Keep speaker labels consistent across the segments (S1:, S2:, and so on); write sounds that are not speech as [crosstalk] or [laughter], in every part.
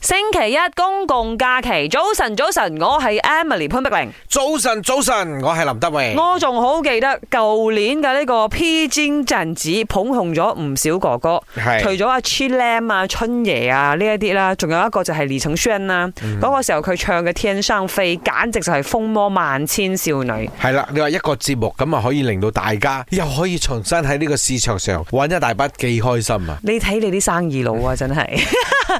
S1: 星期一公共假期，早晨早晨，我係 Emily 潘碧玲。
S2: 早晨，早晨，我係林德榮。
S1: 我仲好記得舊年嘅呢個 P 尖陣子捧紅咗唔少哥哥，除
S2: 係
S1: 咗阿 c h i l a m 啊、春爺啊呢一啲啦，仲有一個就係李承軒啦。嗰、個時候佢唱嘅《天生飛》，簡直就係風魔萬千少女。
S2: 係啦，你話一個節目咁啊，可以令到大家又可以重新喺呢個市場上揾一大筆，幾開心啊！
S1: 你睇你啲生意佬啊，真係！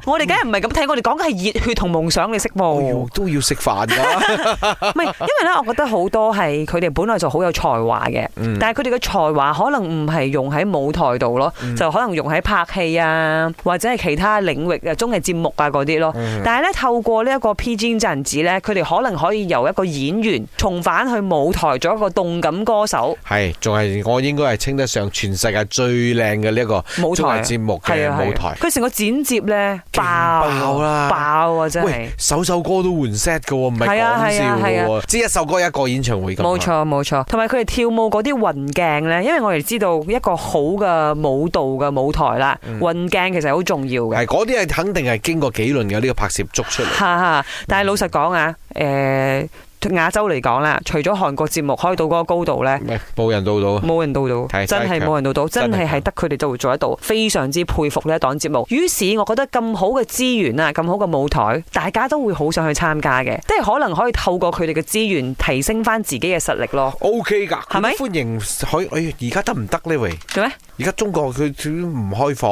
S1: 我哋梗係唔係咁睇，我哋講嘅係熱血同夢想，你識冇？
S2: 我哎都要食
S1: [laughs]
S2: 飯噶，
S1: 唔係，因為咧，我覺得好多係佢哋本來就好有才華嘅，
S2: 嗯
S1: 但係佢哋嘅才華可能唔係用喺舞台度咯，
S2: 嗯
S1: 就可能用喺拍戲啊，或者係其他領域嘅綜藝節目啊嗰啲
S2: 嗯
S1: 咯。但係咧，透過呢一個 PG 陣子咧，佢哋可能可以由一個演員重返去舞台，做一個動感歌手。
S2: 係仲係我應該係稱得上全世界最靚嘅呢一個
S1: 舞台
S2: 綜藝節目嘅
S1: 係啊，係啊
S2: 舞台。
S1: 佢成個剪接咧爆啊
S2: 爆啦
S1: 爆啊！真係
S2: 喂。，首首歌都換 set 嘅喎，唔係
S1: 係啊
S2: 講笑
S1: 係啊係
S2: 嘅喎，即係一首歌一個演唱會咁啊。
S1: 冇錯冇錯，同埋佢哋跳舞嗰啲雲鏡呢，因為我哋知道一個好嘅舞蹈嘅舞台啦，
S2: 嗯
S1: 雲鏡其實好重要嘅
S2: 係，。係嗰啲係肯定係經過幾輪嘅呢個拍攝捉出嚟。
S1: [laughs] 哈哈！但係老實講啊，誒、亞洲嚟講啦，除咗韓國節目開到嗰個高度呢，
S2: 咩冇人到到。
S1: 冇人到到，
S2: 係
S1: 真係冇人到到，
S2: 真
S1: 真
S2: 係
S1: 係係得佢哋就會做得到，非常之佩服呢一檔節目。於是我覺得咁好嘅資源啊，咁好嘅舞台，大家都會好想去參加嘅，即係可能可以透過佢哋嘅資源提升翻自己嘅實力咯，
S2: O K 噶，
S1: 係咪
S2: 歡迎可以？哎而家得唔得呢？喂，
S1: 做咩？
S2: 而家中國佢佢都唔開放。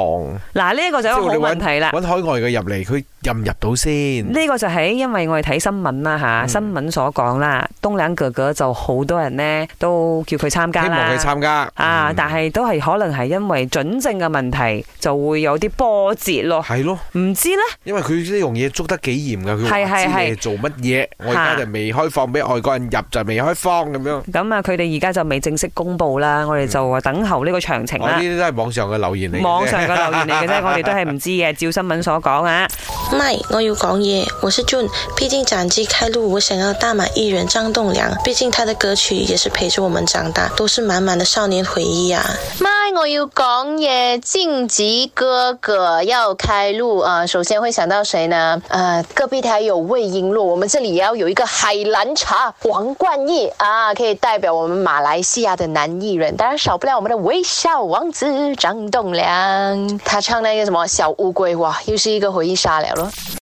S1: 嗱，呢一個就係一個好問題啦。
S2: 揾海外嘅入嚟，佢入唔入到先？
S1: 呢個就係因為我哋睇新聞啦
S2: 嗯
S1: 吓，新聞所講啦，東嶺哥哥就好多人呢都叫佢參加
S2: 希望
S1: 啦
S2: 佢。參加
S1: 啊！
S2: 嗯
S1: 但係都係可能係因為準證嘅問題，就會有啲波折咯。
S2: 係咯，
S1: 唔知呢，
S2: 因為佢呢樣嘢捉得幾嚴噶，佢
S1: 係
S2: 話
S1: 係係
S2: 知你係做乜嘢，我而家
S1: 嚇
S2: 就未開放俾外國人入，就未開放咁樣。
S1: 咁啊，佢哋而家就未正式公布啦，我哋就話等候呢個詳情
S2: 嗯我
S1: 啦
S2: 呢。啲都係網上嘅留言嚟嘅啫。
S1: 網上嘅留言嚟嘅啫，我哋都係唔知嘅，照新聞所講啊。
S3: 麦，我有讲耶，我是 June。毕竟展季开路，我想要大马艺人张栋梁，毕竟他的歌曲也是陪着我们长大，都是满满的少年回忆啊。
S4: 麦，我要讲嘢，晋级哥哥要开路啊、呃首先会想到谁呢？呃，隔壁台有魏璎珞，我们这里也要有一个海兰茶王冠逸啊，可以代表我们马来西亚的男艺人，当然少不了我们的微笑王子张栋梁，他唱那个什么小乌龟，哇，又是一个回忆杀了咯。